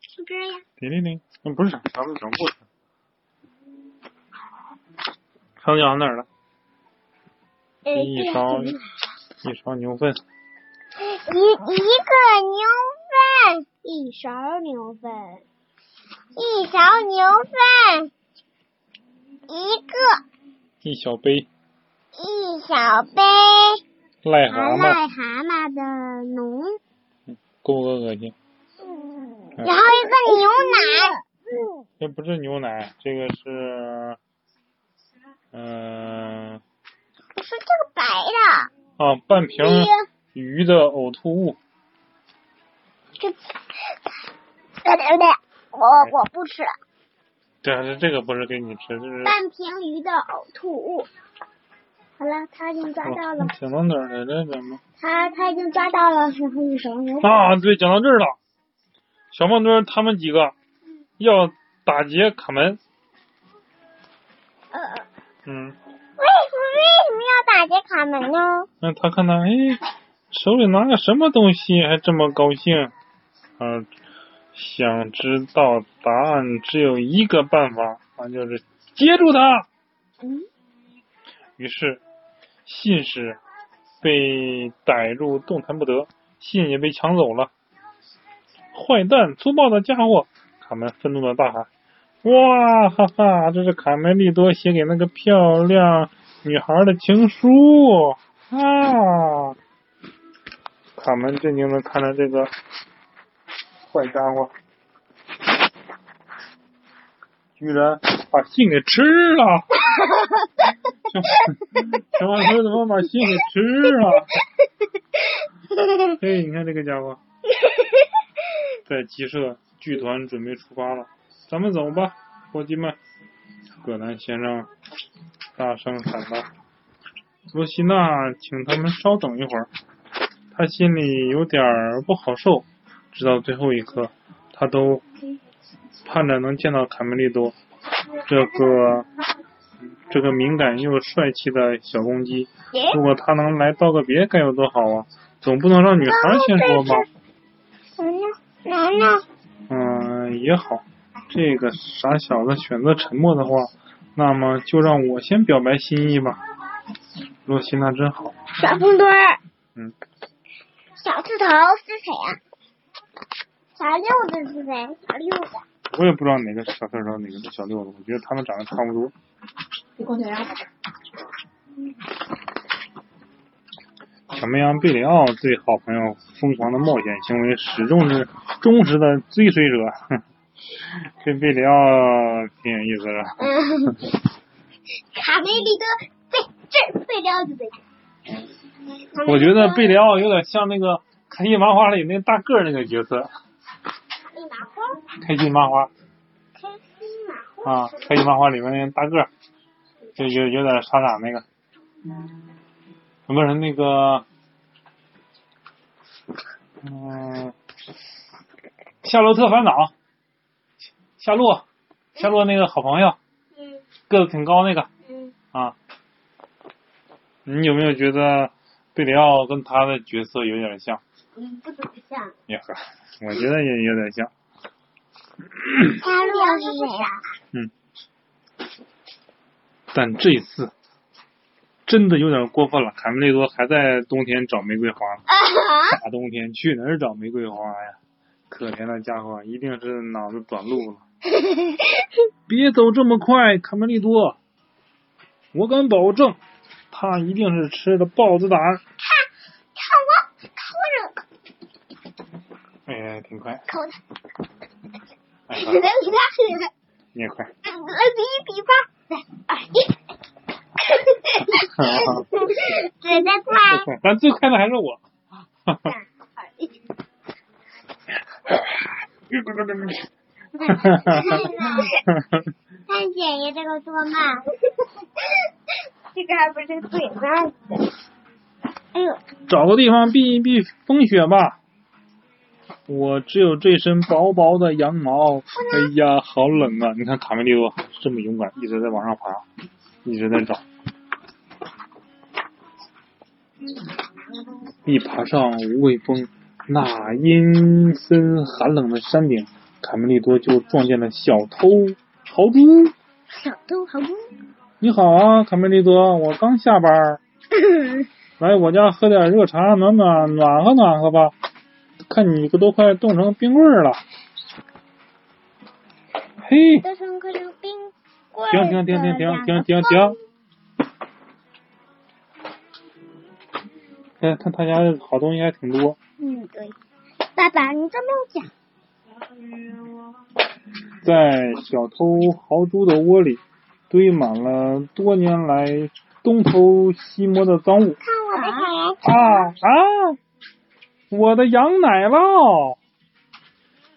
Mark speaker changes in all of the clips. Speaker 1: 是这样。
Speaker 2: 叮铃铃，嗯，不是，咱们整故事。还有要哪儿了？
Speaker 1: 呃，
Speaker 2: 一
Speaker 1: 对
Speaker 2: 勺
Speaker 1: 嗯
Speaker 2: 一勺牛粪，
Speaker 1: 一一个牛粪，一勺牛粪，一勺牛粪，一个
Speaker 2: 一小杯
Speaker 1: 一小杯
Speaker 2: 癞蛤
Speaker 1: 含
Speaker 2: 蟆，
Speaker 1: 癞蛤蟆的脓，
Speaker 2: 够不够恶心？嗯
Speaker 1: 然后一个牛奶，嗯
Speaker 2: 这不是牛奶，这个是，嗯、
Speaker 1: 可是这个白的，哎
Speaker 2: 啊，半瓶
Speaker 1: 一
Speaker 2: 鱼的呕吐物，
Speaker 1: 这，对对对，我我不吃了。
Speaker 2: 但是啊这个不是给你吃，这是
Speaker 1: 半瓶鱼的呕吐物。好了，他已经抓到了
Speaker 2: 哦，讲到哪儿来着？咱们
Speaker 1: 他他已经抓到了，然后一勺牛粪。
Speaker 2: 啊，对，讲到这儿了。小胖墩儿他们几个要打劫卡门，
Speaker 1: 呃，为
Speaker 2: 嗯，
Speaker 1: 为什么要打劫卡门呢？
Speaker 2: 那他看到，哎，手里拿个什么东西，还这么高兴？啊，想知道答案只有一个办法，那就是接住他。
Speaker 1: 嗯，
Speaker 2: 于是，信使被逮住，动弹不得，信也被抢走了。坏蛋，粗暴的家伙！卡门愤怒的大喊：“哇哈哈！这是卡梅利多写给那个漂亮女孩的情书啊！”卡门震惊的看着这个坏家伙，居然把信给吃了。小马哥怎么把信给吃了？嘿，你看这个家伙，在鸡舍剧团准备出发了，咱们走吧，伙计们！葛兰先生大声喊道：“罗西娜，请他们稍等一会儿。”他心里有点儿不好受，直到最后一刻，他都盼着能见到卡梅利多这个这个敏感又帅气的小公鸡。
Speaker 1: 耶
Speaker 2: 如果他能来道个别，该有多好啊！总不能让女孩先说吧？
Speaker 1: 嗯，奶奶，
Speaker 2: 嗯，也好。这个傻小子选择沉默的话，那么就让我先表白心意吧。罗西娜真好，
Speaker 1: 小胖墩儿，
Speaker 2: 嗯，
Speaker 1: 小刺头是谁呀、小六子是谁？小六子，
Speaker 2: 我也不知道哪个是小刺头，哪个是小六子，我觉得他们长得差不多。
Speaker 3: 给光脚丫子。
Speaker 2: 小绵羊贝里奥对好朋友疯狂的冒险行为始终是忠实的追随者。哼这贝里奥挺有意思的。
Speaker 1: 嗯，卡梅利多被这被撩就被。
Speaker 2: 我觉得贝
Speaker 1: 撩。
Speaker 2: 里奥有点像那个开心麻花里那大个儿那个角色，
Speaker 1: 卡梅麻花，
Speaker 2: 开心麻花
Speaker 1: 开心麻花。
Speaker 2: 啊，开心麻花里面那个大个儿，就有有点傻傻那个，不是那个，嗯，夏洛特烦恼，夏洛，夏洛那个好朋友，
Speaker 1: 嗯
Speaker 2: 个子挺高那个
Speaker 1: 嗯，
Speaker 2: 啊，你有没有觉得贝里奥跟他的角色有点像？
Speaker 1: 嗯，不怎么像。
Speaker 2: 也和，我觉得也有点像。
Speaker 1: 他六是谁呀？
Speaker 2: 但这一次真的有点过分了。卡梅利多还在冬天找玫瑰花，
Speaker 1: 啊 哈！
Speaker 2: 大冬天去哪儿找玫瑰花呀？可怜的家伙，一定是脑子短路了。别走这么快，卡梅利多，我敢保证，他一定是吃了豹子胆。
Speaker 1: 看我，看我这
Speaker 2: 哎，挺 快，
Speaker 1: 口的，来
Speaker 2: 哎，
Speaker 1: 比他，
Speaker 2: 你也快。
Speaker 1: 来比一比吧，来二一，对，再
Speaker 2: 最
Speaker 1: 快，
Speaker 2: 快， 但最快的还是我。 哈哈，
Speaker 1: 二一，
Speaker 2: 哈哈哈哈哈！
Speaker 1: 看姐姐这个多慢，这个还不是最慢的，哎呦，
Speaker 2: 找个地方避一避风雪吧。我只有这身薄薄的羊毛，哎呀，好冷啊！你看卡梅利多这么勇敢，一直在往上爬，一直在找，一爬上无畏峰那阴森寒冷的山顶，卡梅利多就撞见了小偷豪猪。
Speaker 1: 小偷好不？
Speaker 2: 你好啊，卡梅利多，我刚下班儿，来我家喝点热茶，暖暖暖和暖和吧。看你都快冻成冰棍儿了。嘿，
Speaker 1: 都成快成冰棍
Speaker 2: 停停停停停停停停！哎，他他家好东西还挺多。
Speaker 1: 嗯，对。爸爸，你都没有讲。
Speaker 2: 在小偷豪猪的窝里，堆满了多年来东偷西摸的赃物。
Speaker 1: 看我的小牙齿。
Speaker 2: 啊啊！我的羊奶酪，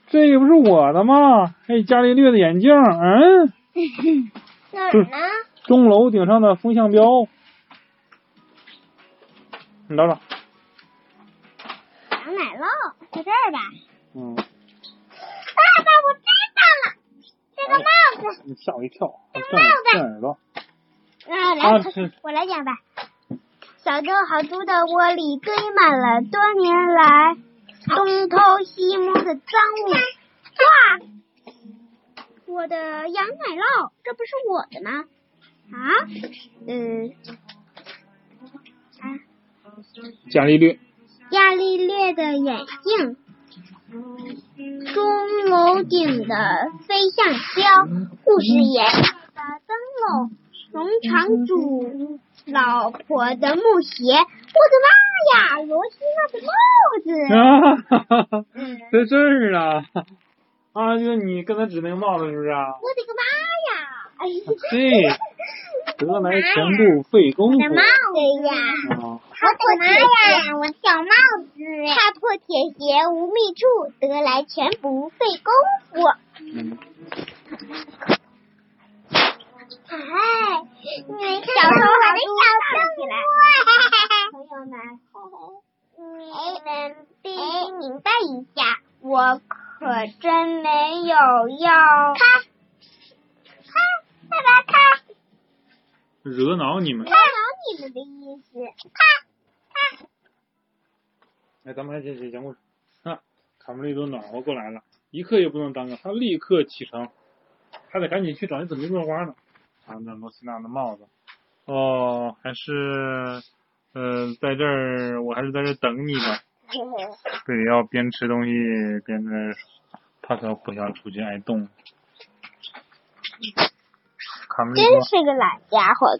Speaker 2: 这不是我的吗？哎，伽利略的眼镜，嗯，
Speaker 1: 哪儿呢？
Speaker 2: 钟楼顶上的风向标。你等等，
Speaker 1: 羊奶酪，在这儿吧。
Speaker 2: 嗯，
Speaker 1: 爸爸，我知道了，这个帽子。
Speaker 2: 你吓我一跳，
Speaker 1: 这
Speaker 2: 正
Speaker 1: 帽子
Speaker 2: 正耳朵。
Speaker 1: 啊，来，
Speaker 2: 啊是
Speaker 1: 我来讲吧。小周豪猪的窝里堆满了多年来东偷西摸的赃物。哇！我的羊奶酪，这不是我的吗？啊？嗯。啊，
Speaker 2: 伽利略，
Speaker 1: 伽利略的眼镜，钟楼顶的飞向标，故事岩的灯笼，农场主老婆的木鞋，我的妈呀，罗西娜的帽子，
Speaker 2: 啊， 哈哈哈
Speaker 1: 嗯，
Speaker 2: 在这儿啊，啊，就你刚才指那个帽子是不是啊？
Speaker 1: 我的个妈呀，哎呀，
Speaker 2: 嘿，得来全不费
Speaker 1: 我
Speaker 2: 工夫
Speaker 1: 的帽子呀。
Speaker 2: 啊！
Speaker 1: 我的妈呀！我小帽子，踏破铁鞋无觅处，得来全不费工夫。
Speaker 2: 嗯，
Speaker 1: 哎，你没看小偷还没小动物。朋友们，你们必须明白一下，我可真没有要。看，看，爸爸看，
Speaker 2: 惹恼你们。
Speaker 1: 看到你们的意思。看，看，
Speaker 2: 哎，咱们来讲讲讲故事。啊，卡梅利多暖和过来了，一刻也不能耽搁，他立刻启程，还得赶紧去找那紫玫瑰花呢。啊，那罗西娜的帽子。哦，还是，呃，在这儿，我还是在这儿等你吧。这里要边吃东西边在，他可不想出去挨冻。卡梅利多
Speaker 1: 真是个懒家伙。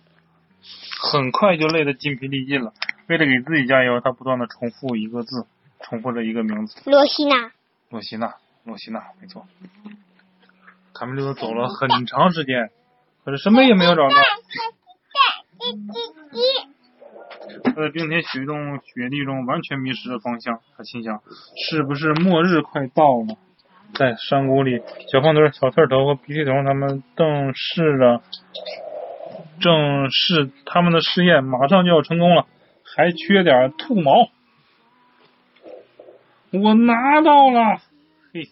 Speaker 2: 很快就累得筋疲力尽了。为了给自己加油，他不断的重复一个字，重复着一个名字。
Speaker 1: 罗西娜，
Speaker 2: 洛西娜，洛西娜，没错。卡梅利多走了很长时间，可是什么也没有找到，
Speaker 1: 鸡蛋，鸡鸡鸡。
Speaker 2: 他在冰天雪中雪地中完全迷失了方向。他心想，是不是末日快到了？在山谷里，小胖墩、小刺头和鼻涕虫他们正试着，正是他们的试验马上就要成功了，还缺点兔毛。我拿到了，嘿，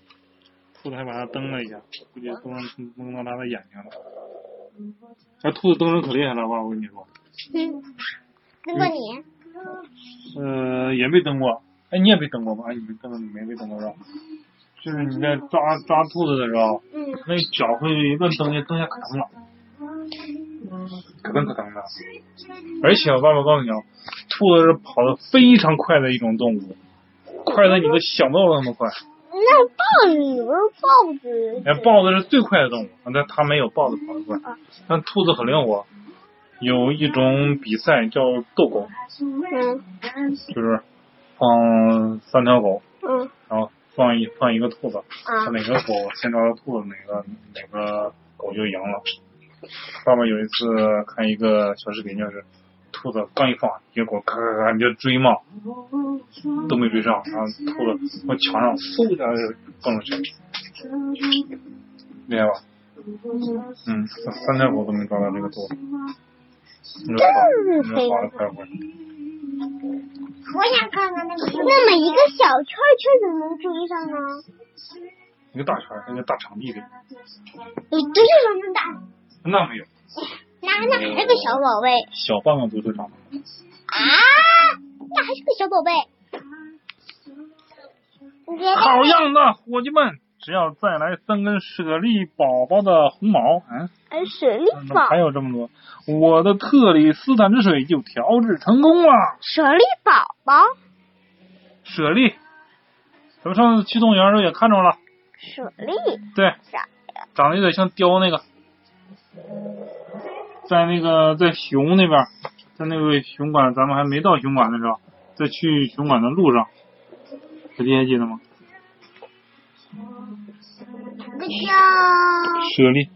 Speaker 2: 兔子还把它蹬了一下，估计蹬蹬到他的眼睛了。那、兔子蹬人可厉害了吧？我跟你说，
Speaker 1: 嗯，那过你，
Speaker 2: 呃，也没登过。哎，你也没登过吧？哎，你没登，你没没登过是吧？就是你在抓抓兔子的时候，
Speaker 1: 嗯，
Speaker 2: 那脚会乱蹬一蹬一下可疼了，可疼可疼的。而且我爸爸告诉你啊，兔子是跑得非常快的一种动物，快的你都想不到那么快。
Speaker 1: 那豹子不是豹子，
Speaker 2: 哎，豹子是最快的动物，但它没有豹子跑得快。但兔子很灵活，有一种比赛叫斗狗，
Speaker 1: 嗯
Speaker 2: 就是放三条狗，
Speaker 1: 嗯
Speaker 2: 然后放一放一个兔子，
Speaker 1: 啊
Speaker 2: 看哪个狗先抓到兔子，哪个哪个狗就赢了。爸爸有一次看一个小视频，就是兔子刚一放，一个狗咔咔咔你就追嘛，都没追上，然后兔子从墙上嗖一下就蹦出去，厉害吧？嗯，三三条狗都没抓到这个兔子，你说
Speaker 1: 真是
Speaker 2: 跑，
Speaker 1: 嗯黑
Speaker 2: 你说跑得快不快？
Speaker 1: 我想看看那个。那么一个小圈圈怎么能追上呢？
Speaker 2: 一个大圈儿，一个大场地里，
Speaker 1: 你追上能打，
Speaker 2: 那没有，
Speaker 1: 那那还是个小宝贝
Speaker 2: 小半个足球场。
Speaker 1: 啊，那还是个小宝贝。你别
Speaker 2: 好样的，伙计们，只要再来三根舍利宝宝的红毛，嗯，
Speaker 1: 哎，舍利
Speaker 2: 嗯
Speaker 1: 宝
Speaker 2: 还，有这么多，我的特里斯坦之水就调制成功了。
Speaker 1: 舍利宝宝，
Speaker 2: 舍利，咱们上次去动物园的时候也看着了，
Speaker 1: 舍利
Speaker 2: 对，
Speaker 1: 啥呀？
Speaker 2: 长得有点像雕那个，在那个在熊那边，在那个熊馆，咱们还没到熊馆的时候，在去熊馆的路上，小弟还记得吗？
Speaker 1: 这叫
Speaker 2: 舍利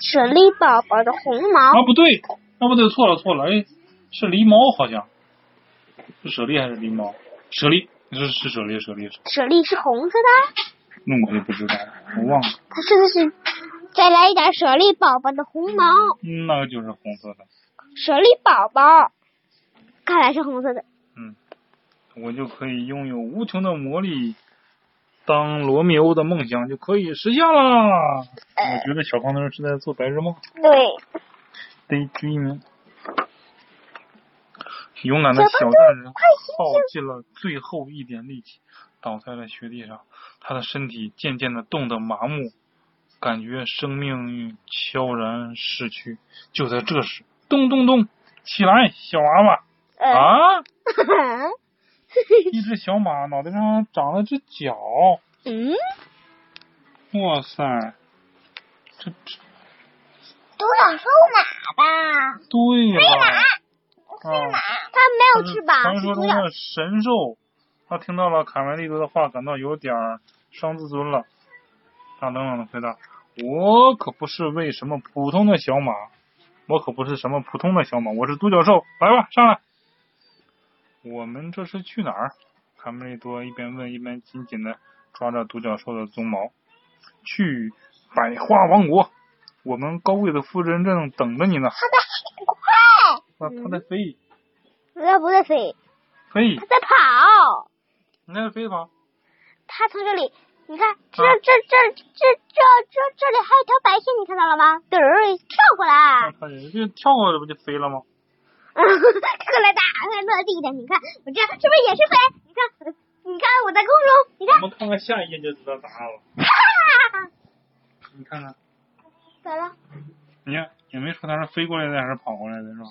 Speaker 1: 舍利宝宝的红毛
Speaker 2: 啊，不对，啊不对，错了错了，哎，是狸猫好像，是舍利还是狸猫？舍利是是舍利舍利，
Speaker 1: 舍利是红色的，
Speaker 2: 那我就不知道了，我忘了，
Speaker 1: 它是不是？再来一点舍利宝宝的红毛，
Speaker 2: 嗯，那个就是红色的，
Speaker 1: 舍利宝宝，看来是红色的。
Speaker 2: 嗯，我就可以拥有无穷的魔力，当罗密欧的梦想就可以实现啦。我觉得小胖墩儿是在做白日梦
Speaker 1: 对，
Speaker 2: ，daydream。勇敢的
Speaker 1: 小
Speaker 2: 小
Speaker 1: 胖墩
Speaker 2: 战人
Speaker 1: 快醒
Speaker 2: 耗
Speaker 1: 醒！
Speaker 2: 尽了最后一点力气，倒在了雪地上。他的身体渐渐的冻得麻木，感觉生命悄然逝去。就在这时，咚咚咚，起来，小娃娃
Speaker 1: 呃，
Speaker 2: 啊！
Speaker 1: 嗯
Speaker 2: 一只小马脑袋上长了只角，
Speaker 1: 嗯，
Speaker 2: 哇塞！这这
Speaker 1: 独角兽马吧？
Speaker 2: 对呀、啊，
Speaker 1: 它没有翅
Speaker 2: 传
Speaker 1: 膀，是
Speaker 2: 嗯说
Speaker 1: 独
Speaker 2: 中
Speaker 1: 角
Speaker 2: 的神兽，他听到了卡梅利多的话，感到有点儿伤自尊了。他冷冷的回答：“我可不是为什么普通的小马，我可不是什么普通的小马，我是独角兽。来吧，上来。”我们这是去哪儿？卡梅利多一边问，一边紧紧的抓着独角兽的鬃毛。去百花王国，我们高贵的夫人正等着你呢。它在快，它
Speaker 1: 嗯
Speaker 2: 在飞
Speaker 1: 它呃不在飞，
Speaker 2: 飞
Speaker 1: 它。在跑。
Speaker 2: 你那是飞吧？
Speaker 1: 它从这里，你看这
Speaker 2: 啊
Speaker 1: 这这这这这这里还有一条白线，你看到了吗？嘚儿跳过来，
Speaker 2: 看见哎这跳过来不就飞了吗？嗯
Speaker 1: 过来打快落地的，你看我这样是不是也是飞？你看我的，你看我在空中，你看，
Speaker 2: 们看看下一页就知道答案了。
Speaker 1: 哈哈哈，
Speaker 2: 你看看，
Speaker 1: 咋了？
Speaker 2: 你看也没说它是飞过来的还是跑过来的，是吧？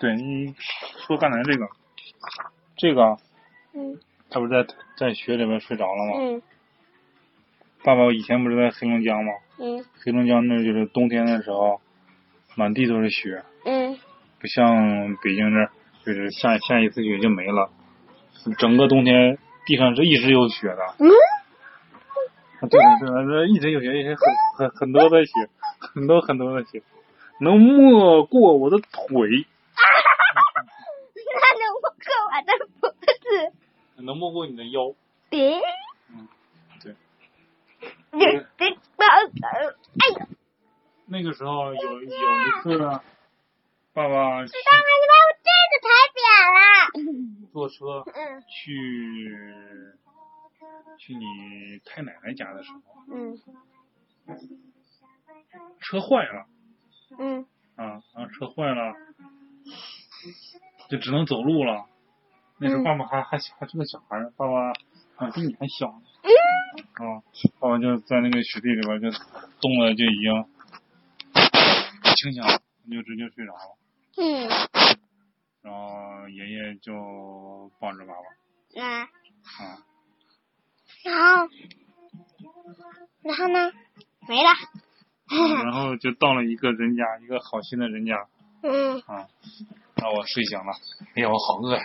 Speaker 2: 对，你说刚才这个，这个
Speaker 1: 嗯
Speaker 2: 他不是在在雪里边睡着了吗？
Speaker 1: 嗯
Speaker 2: 爸爸以前不是在黑龙江吗？
Speaker 1: 嗯
Speaker 2: 黑龙江那就是冬天的时候，满地都是雪，
Speaker 1: 嗯
Speaker 2: 不像北京这儿，就是下下一次雪就没了，整个冬天地上是一直有雪的。
Speaker 1: 嗯，
Speaker 2: 对的，对的，这一直有雪，也很很很多的雪，很多很多的雪，能没过我的腿，
Speaker 1: 那能不割我的脖子？
Speaker 2: 能没过你的腰。
Speaker 1: 别，
Speaker 2: 嗯对
Speaker 1: 别别不要走，哎呦，
Speaker 2: 那个时候有有一次，爸爸去
Speaker 1: 知道吗？你把我这个踩扁了。
Speaker 2: 坐车
Speaker 1: 嗯
Speaker 2: 去去你太奶奶家的时候，
Speaker 1: 嗯
Speaker 2: 车坏了
Speaker 1: 嗯
Speaker 2: 啊，然后车坏了，就只能走路了。那时候
Speaker 1: 嗯
Speaker 2: 爸爸还还还是个小孩儿，爸爸啊比你还小呢。
Speaker 1: 嗯。
Speaker 2: 啊，爸爸就在那个雪地里边就冻的就已经清醒了，就直接睡着了。
Speaker 1: 嗯，
Speaker 2: 然后爷爷就抱着爸爸
Speaker 1: 那
Speaker 2: 啊，
Speaker 1: 嗯 然后，然后呢？没了。
Speaker 2: 然后就到了一个人家，一个好心的人家
Speaker 1: 嗯，
Speaker 2: 啊，让我睡醒了，哎呀，我好饿呀、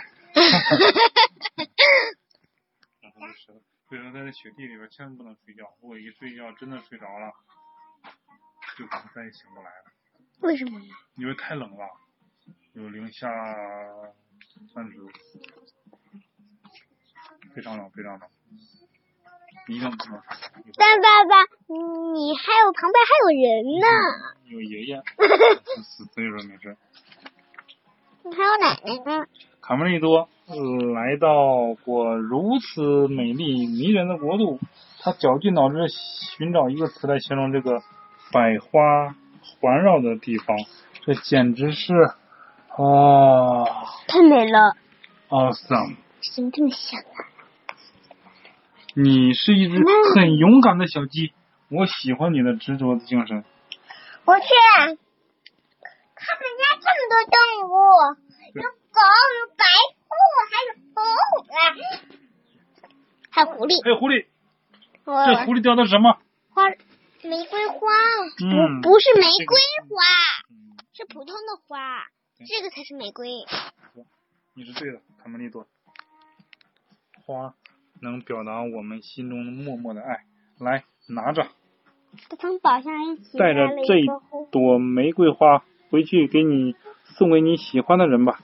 Speaker 2: 然后就睡了。为什么在那雪地里边千万不能睡觉？我一睡觉真的睡着了，就可能再也醒不来了。
Speaker 1: 为什么呢？
Speaker 2: 因为太冷了，有零下三十度，非常冷，非常冷，一定不能睡觉。
Speaker 1: 但爸爸，你还有旁边还有人呢，
Speaker 2: 有爷爷，所以说没事。
Speaker 1: 你还有奶奶呢。
Speaker 2: 卡梅利多来到过如此美丽迷人的国度，他绞尽脑汁寻找一个词来形容这个百花环绕的地方，这简直是啊
Speaker 1: 太美了，
Speaker 2: ，awesome。
Speaker 1: 怎么这么想啊？
Speaker 2: 你是一只很勇敢的小鸡，我喜欢你的执着的精神。哎
Speaker 1: 我去，看人家这么多动物，有狗，有白兔，还有猴子，还有狐狸。
Speaker 2: 哎，狐狸，
Speaker 1: 我
Speaker 2: 这狐狸叼的什么？
Speaker 1: 花玫瑰花，
Speaker 2: 嗯
Speaker 1: 不不是玫
Speaker 2: 这个
Speaker 1: 瑰花，是普通的花，这个才是玫瑰。
Speaker 2: 你是对的，卡梅利多。花能表达我们心中默默的爱。来，拿着，
Speaker 1: 他从宝箱里取
Speaker 2: 带着
Speaker 1: 来了
Speaker 2: 这
Speaker 1: 一个花
Speaker 2: 朵玫瑰花回去给你送给你喜欢的人吧。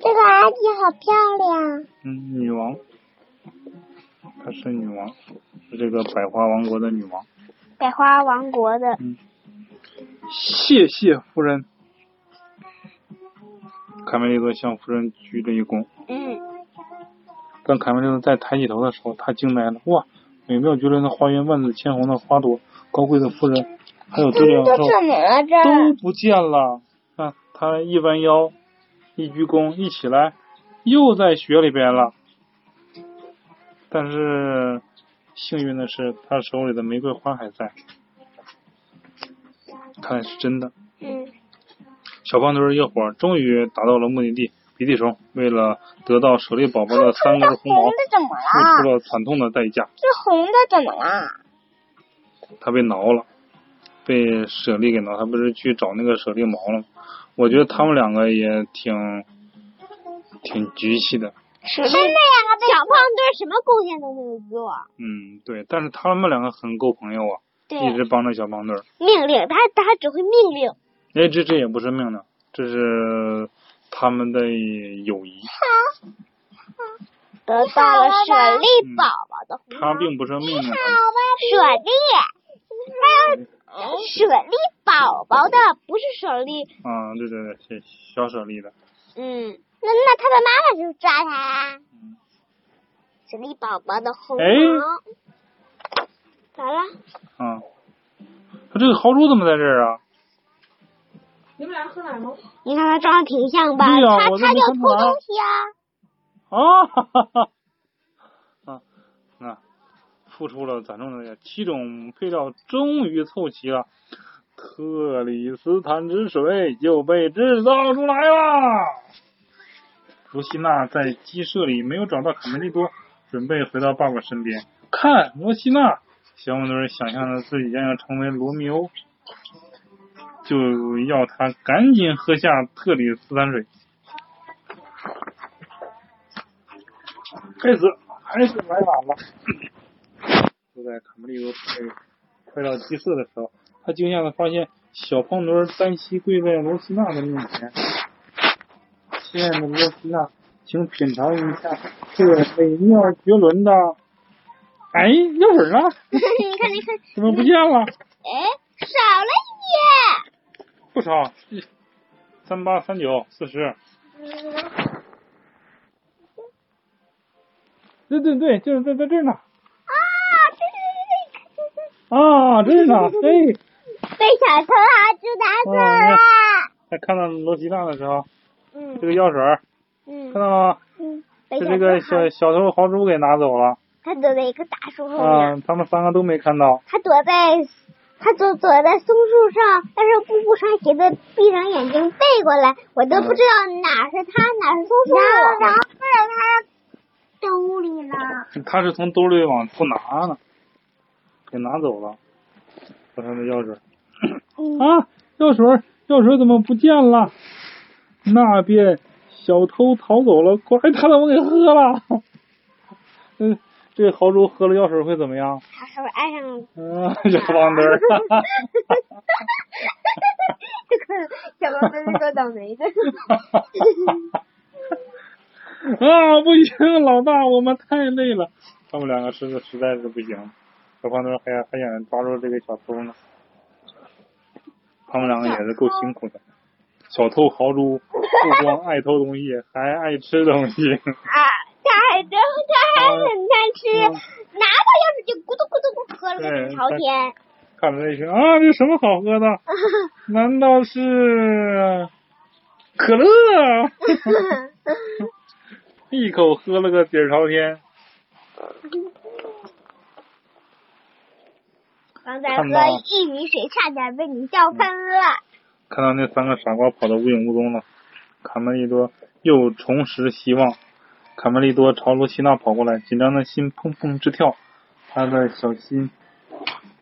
Speaker 1: 这个阿迪好漂亮，
Speaker 2: 嗯，女王，她是女王，是这个百花王国的女王。嗯
Speaker 1: 百花王国的。
Speaker 2: 谢谢夫人。卡梅利多向夫人鞠了一躬。
Speaker 1: 嗯，
Speaker 2: 当卡梅利多在抬起头的时候，他惊呆了。哇，美妙绝伦的花园，万紫千红的花朵，高贵的夫人，还有
Speaker 1: 这
Speaker 2: 这两兽
Speaker 1: 么了这
Speaker 2: 都不见了。看、他一弯腰，一鞠躬，一起来，又在雪里边了。但是幸运的是，他手里的玫瑰花还在。看来是真的。
Speaker 1: 嗯，
Speaker 2: 小胖墩儿一伙儿终于达到了目的地。鼻涕虫为了得到舍利宝宝的三根红毛，
Speaker 1: 怎么
Speaker 2: 付出了惨痛的代价。
Speaker 1: 这红的怎么了？
Speaker 2: 他被挠了，被舍利给挠。他不是去找那个舍利毛了吗？我觉得他们两个也挺挺局气的。
Speaker 1: 他们两个小胖墩什么贡献都没有做，
Speaker 2: 嗯，对，但是他们两个很够朋友啊，
Speaker 1: 对，
Speaker 2: 一直帮着小胖墩儿。
Speaker 1: 命令他他只会命令。
Speaker 2: 哎，这这也不是命令，这是他们的友谊。
Speaker 1: 得到了舍利宝宝的红
Speaker 2: 他并不是命令他们。
Speaker 1: 舍利，还有舍利宝宝的，不是舍利。
Speaker 2: 啊，对对对，小小舍利的。
Speaker 1: 嗯，那那他的妈妈就抓他啊
Speaker 2: 嗯。
Speaker 1: 舍利宝宝的红
Speaker 2: 哎
Speaker 1: 毛。咋了？
Speaker 2: 啊，他这个豪猪怎么在这儿啊？
Speaker 3: 你们俩喝奶吗？
Speaker 1: 你看他装的挺像吧？
Speaker 2: 对呀
Speaker 1: 他
Speaker 2: 我都
Speaker 1: 他
Speaker 2: 没
Speaker 1: 就
Speaker 2: 看
Speaker 1: 偷
Speaker 2: 出来
Speaker 1: 东西啊。
Speaker 2: 啊，哈哈哈，啊，啊，付出了惨重的代价，七种配料终于凑齐了，特里斯坦之水就被制造出来了。卢西娜在鸡舍里没有找到卡梅利多，准备回到爸爸身边。看，罗西娜，小胖墩儿想象着自己将要成为罗密欧，就要他赶紧喝下特里斯坦水。这次还是来晚了。就在卡梅利多快快到鸡舍的时候，他惊讶的发现小胖墩儿单膝跪在罗西娜的面前。亲爱的罗西娜，请品尝一下这美妙绝伦的……哎，药水呢？
Speaker 1: 你看，你看，
Speaker 2: 怎么不见了？
Speaker 1: 哎，少了一页。
Speaker 2: 不少，三八三九四十。对对对，就是在在这儿呢。
Speaker 1: 啊，对对对对对。
Speaker 2: 啊，这儿呢，对。
Speaker 1: 被小偷啊就拿走
Speaker 2: 哦
Speaker 1: 了。
Speaker 2: 在看到罗西娜的时候，
Speaker 1: 啊嗯
Speaker 2: 这个药水儿看
Speaker 1: 嗯
Speaker 2: 到吗？
Speaker 1: 嗯，被
Speaker 2: 被
Speaker 1: 小
Speaker 2: 这个
Speaker 1: 偷
Speaker 2: 小
Speaker 1: 啊
Speaker 2: 小偷豪猪给拿走了。
Speaker 1: 他躲在一棵大树后
Speaker 2: 啊、
Speaker 1: 面，
Speaker 2: 他们三个都没看到。
Speaker 1: 他躲在他就躲在松树上，但是步步穿鞋的闭上眼睛背过来，我都不知道哪是他哪是松树。然后放在嗯他兜里了。
Speaker 2: 他是从兜里往出拿呢，给拿走了。我看这药水儿
Speaker 1: 嗯，
Speaker 2: 啊，药水儿，药水儿怎么不见了？那边小偷逃走了，快他把我给喝了。嗯，这豪猪喝了药水儿会怎么样？
Speaker 1: 他是不是爱 上？
Speaker 2: 嗯，小胖墩儿。
Speaker 1: 这个小王子是个倒霉的。
Speaker 2: 啊，不行，老大，我们太累了。他们两个实在实在是不行，小胖墩还想还想抓住这个小偷呢。他们两个也是够辛苦的。小偷豪猪不光爱偷东西，还爱吃东西。
Speaker 1: 啊，他还真，他还很贪吃，
Speaker 2: 啊嗯
Speaker 1: 拿到钥匙就咕嘟咕嘟咕喝了个
Speaker 2: 对
Speaker 1: 整朝天。
Speaker 2: 看了一瓶啊，这什么好喝的？难道是可乐？ 一口喝了个底儿朝天。
Speaker 4: 刚才
Speaker 2: 看到
Speaker 4: 喝一米水，差点被你笑喷了。
Speaker 2: 看到那三个傻瓜跑得无影无踪了，卡梅利多又重拾希望。卡梅利多朝罗西娜跑过来，紧张的心砰砰直跳。他的小心，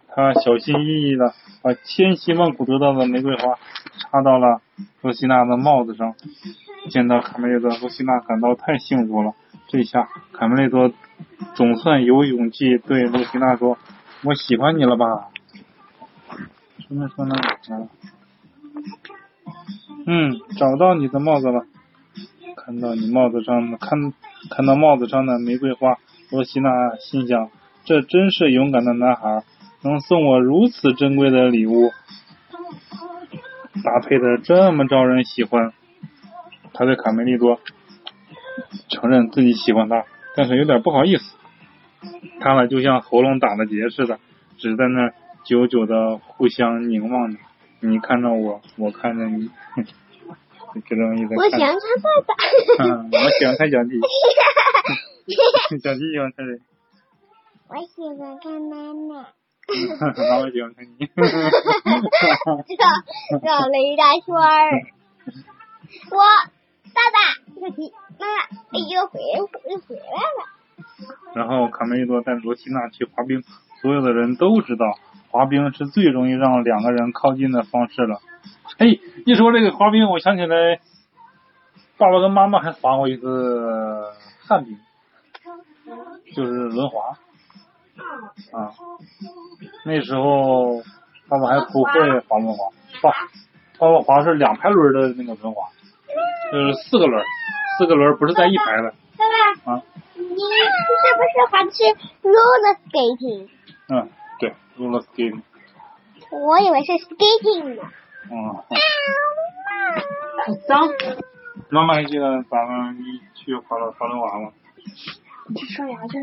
Speaker 2: 他小心翼翼的把千辛万苦得到的玫瑰花插到了罗西娜的帽子上。见到卡梅利多，罗西娜感到太幸福了。这下卡梅利多总算有勇气对罗西娜说：“我喜欢你了吧？”什么说呢？啊嗯，找到你的帽子了，看到你帽子上的看看到帽子上的玫瑰花，罗西娜心想，这真是勇敢的男孩，能送我如此珍贵的礼物，搭配的这么招人喜欢。他对卡梅利多承认自己喜欢他，但是有点不好意思。他们就像喉咙打了结似的，只在那儿久久的互相凝望着，你看着我，我看着你， 就这么一个。
Speaker 4: 我喜欢看爸爸。
Speaker 2: 嗯，我喜欢看小弟，小弟喜欢看谁？
Speaker 4: 我喜欢看妈妈。
Speaker 2: 那我喜欢看你。
Speaker 4: 绕绕了一大圈儿。我爸爸，小鸡妈妈，哎呦，回又回来了。
Speaker 2: 然后卡梅利多带罗西娜去滑冰，所有的人都知道，滑冰是最容易让两个人靠近的方式了。嘿，一说这个滑冰，我想起来，爸爸跟妈妈还滑过一次旱冰，就是轮滑啊。那时候爸爸还不会滑轮滑，爸爸爸滑是两排轮的那个轮滑，就是四个轮，四个轮不是在一排的
Speaker 4: 爸爸，
Speaker 2: 啊。
Speaker 4: 你是不是还是 roller skating？
Speaker 2: 嗯，对，roller skating。
Speaker 4: 我以为是 skating 呢。
Speaker 2: 嗯，
Speaker 3: 走，
Speaker 2: 妈妈还记得咱们一去滑轮滑轮娃吗？
Speaker 3: 你去刷牙去。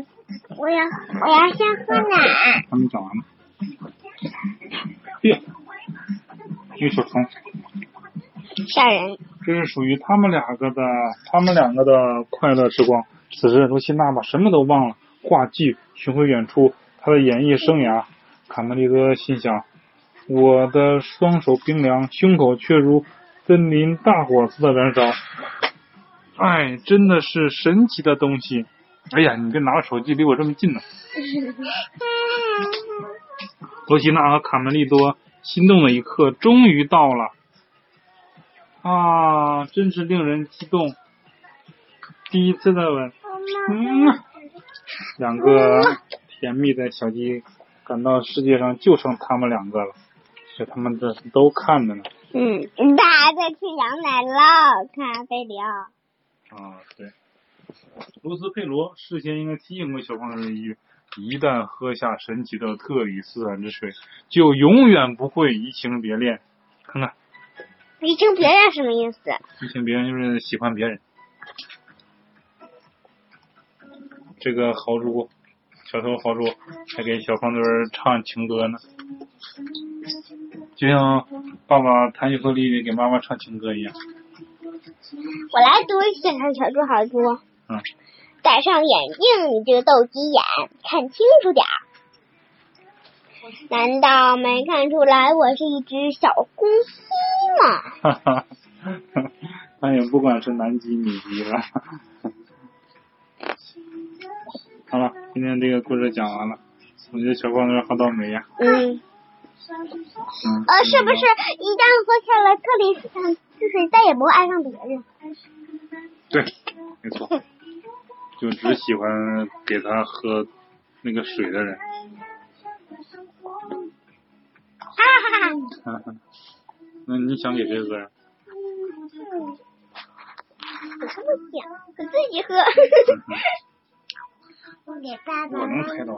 Speaker 4: 我要我要先喝奶。
Speaker 2: 还没讲完呢。别，一手冲，
Speaker 4: 吓人。
Speaker 2: 这是属于他们两个的，他们两个的快乐时光。此时，罗西娜把什么都忘了，话剧、巡回演出，她的演艺生涯。卡梅利多心想：我的双手冰凉，胸口却如森林大火似的燃烧。哎，真的是神奇的东西！哎呀，你别拿着手机离我这么近呢。罗西娜和卡梅利多心动的一刻终于到了。啊，真是令人激动！第一次的吻，嗯，两个甜蜜的小鸡感到世界上就剩他们两个了，这他们这都看着呢。
Speaker 4: 嗯，他在吃羊奶酪，看飞聊。
Speaker 2: 啊，对。卢斯佩罗事先应该提醒过小朋友们一句：一旦喝下神奇的特里斯坦之水，就永远不会移情别恋。看看，
Speaker 4: 你听别人什么意思？
Speaker 2: 移情别恋就是喜欢别人。这个豪猪，小偷豪猪还给小胖墩儿唱情歌呢，就像爸爸谭玉和丽丽给妈妈唱情歌一样。
Speaker 4: 我来读一下小猪好猪。
Speaker 2: 嗯，
Speaker 4: 戴上眼镜，你这个斗鸡眼，看清楚点儿。难道没看出来我是一只小公鸡吗？
Speaker 2: 哈哈，那哎也不管是南极、女极了。好了，今天这个故事讲完了，我觉得小胖墩好倒霉呀、
Speaker 4: 嗯，
Speaker 2: 嗯，
Speaker 4: 呃，是不是一旦喝下了特里斯坦之水，再也不会爱上别人？
Speaker 2: 对，没错，就只喜欢给他喝那个水的人。
Speaker 4: 哈哈哈。
Speaker 2: 哈哈，那你想给谁喝呀？
Speaker 4: 我 不想，我自己喝。我给爸
Speaker 2: 我能猜到。